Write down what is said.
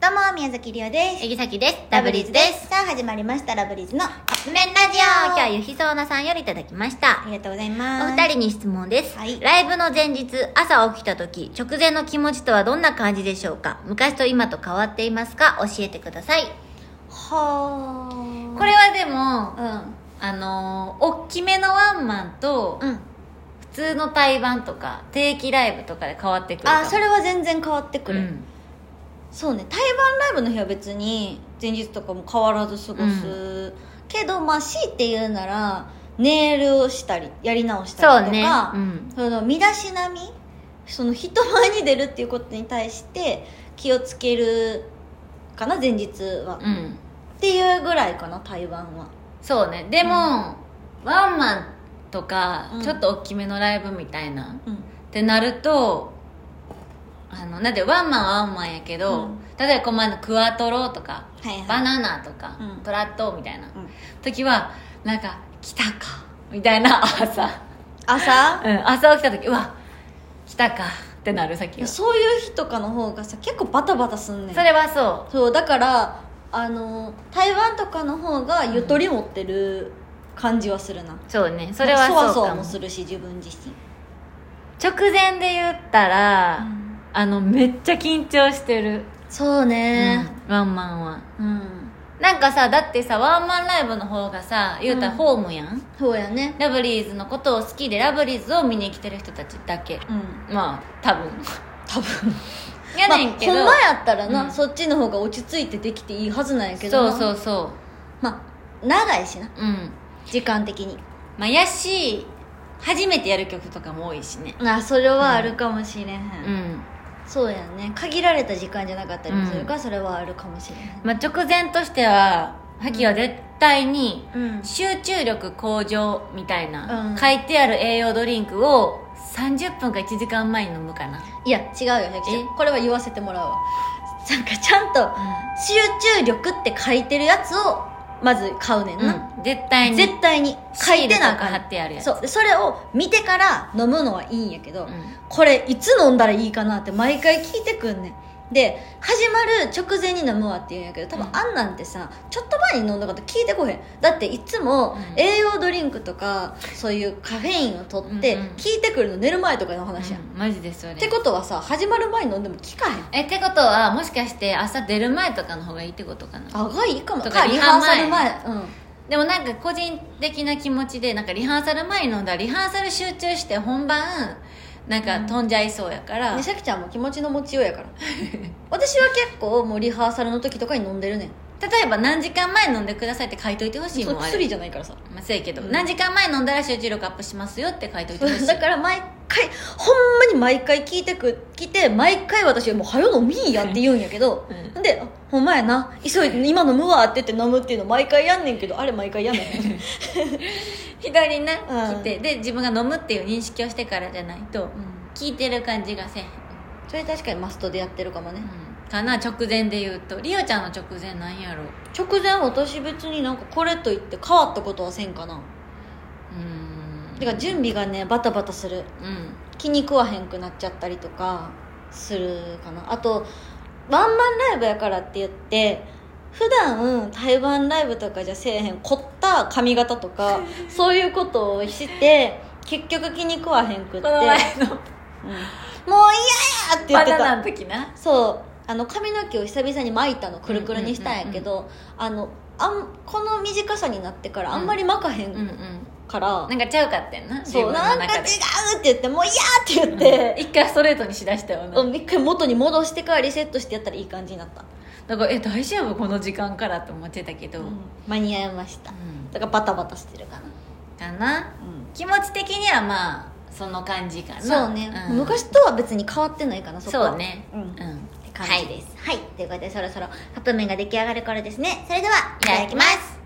どうも、宮崎りおです。えぎさきです。さあ、始まりました、ラブリーズの。あカップ麺ラジオ今日はゆひそうなさんよりいただきました。りがとうございまおす。二人に質問です。はいライブの前日、朝起きた時、直前の気持ちとはどんな感じでしょうか昔と今と変わっていますか教えてください。はー。これはでも、うん。あのー大きめのワンマンと、うん。普通の対バンとか定期ライブとかで変わってくるあ、それれは全然変わってくうる。ん、そうね、台湾ライブの日は別に、前日とかも変わらず過ごす。けど、まあ、強いて言うなら、ネイルをしたり、やり直したそうりとね。か、うん。その身だしなみその人前に出るっていうことに対して気をつけるかな前日は、うっん、ていうぐらいかな台湾はそうねでも、ワンマンとか、うんちょっと大きめのライブみたいなっうんてなるとあのだってワンマンはワンマンやけど、うん例えばこの前のクワトロとかはいバはいナナとか、うんトラットみたいな、ん時はなんか来たかみたいな朝朝うん、朝起きた時うわ来たかってなるさっいきがやそそういう日とかの方がさ結構バタバタすんねんれはそそうだからあの台湾とかの方がゆとり持ってる感じはするな、そうね。それはそわそそうわかもも。するし自分自身直前で言ったら、うんあのめっちゃ緊張してる、そうねうんワンマンはうん、なんかさだってさワンマンライブの方がさ言うたらうんホームやん、そうやねラブリーズのことを好きでラブリーズを見に来てる人たちだけうんまあ多分多分 やねんけど、まあ、ほんまやったらな、うんそっちの方が落ち着いてできていいはずなんやけどそうなそうそまあ長いしなううん時間的にまあやし初めてやる曲とかも多いしねあそれはあるかもしれへん、うんそうやね限られた時間じゃなかったりもするから、うそれはあるかもしれへんまあ、直前としてはハキは絶対にうん集中力向上みたいな、うん書いてある栄養ドリンクを30分か1時間前に飲むかな、いや違うよ百ちゃんえこれは言わせてもらうわなんかちゃんと集中力って書いてるやつをまず買うねんうな、ん絶対に絶対に書いてなあシールとか貼かんってあるやつそうでそれを見てから飲むのはいいんやけど、うんこれいつ飲んだらいいかなって毎回聞いてくんねんで始まる直前に飲むわって言うんやけど多分うんあんなんてさちょっと前に飲んだこと聞いてこへんだっていつもうん栄養ドリンクとかそういうカフェインを取ってうんうん聞いてくるの寝る前とかの話やん、うんマジでそれってことはさ始まる前に飲んでも効かへんえってことはもしかして朝出る前とかの方がいいってことかなあがいいかもとかかリリハハーサル前前でもなんか個人的な気持ちでなんかリハーサル前に飲んだらリハーサル集中して本番なんか飛んじゃいそうやから、うん美咲ちゃんも気持ちの持ちようや から私は結構もうリハーサルの時とかに飲んでるねん例えば何時間前飲んでくださいって書いといてほしいそもうんあれ薬じゃないからさまあ、せやけど、うん何時間前飲んだら集中力アップしますよって書いといてほしい だから毎回ほんまに毎回聞いてく来て毎回私はもう「はよ飲みいや」って言うんやけど、うんん、であ「ほんまやな急いで今飲むわ」って言って飲むっていうの毎回やんねんけどあれ毎回やんね ん左にね、うん来てで自分が飲むっていう認識をしてからじゃないと、聞いてる感じがせえへん、それ確かにマストでやってるかもね、かな直前で言うとリオちゃんの直前なんやろう直前私別になんかこれといって変わったことはせんかなーんてか準備がねバタバタするうん気に食わへんくなっちゃったりとかするかなあとワンマンライブやからって言って普段台湾ライブとかじゃせえへん凝った髪型とか そういうことをして結局気に食わへんくって、この前のうんもう嫌やっバて言ナってナたの時なそうあの髪の毛を久々に巻いたのくるくるにしたんやけど、あのあんこの短さになってからあんまり巻かへうんうんんから、なんかちゃうかってんなそう自分なのんか違うっ中でて言ってもう嫌って言って、うん一回ストレートにしだしたよな、うん、一回元に戻してからリセットしてやったらいい感じになった、だからえ大丈夫この時間からって思ってたけど、うん間に合いましただからバタバタしてるかな、かな気持ち的にはまあその感じかなそうね、ん昔とは別に変わってないかなそこはそうねうん、うんって感じですはい、ということでそろそろカップ麺が出来上がる頃ですねそれではいただきます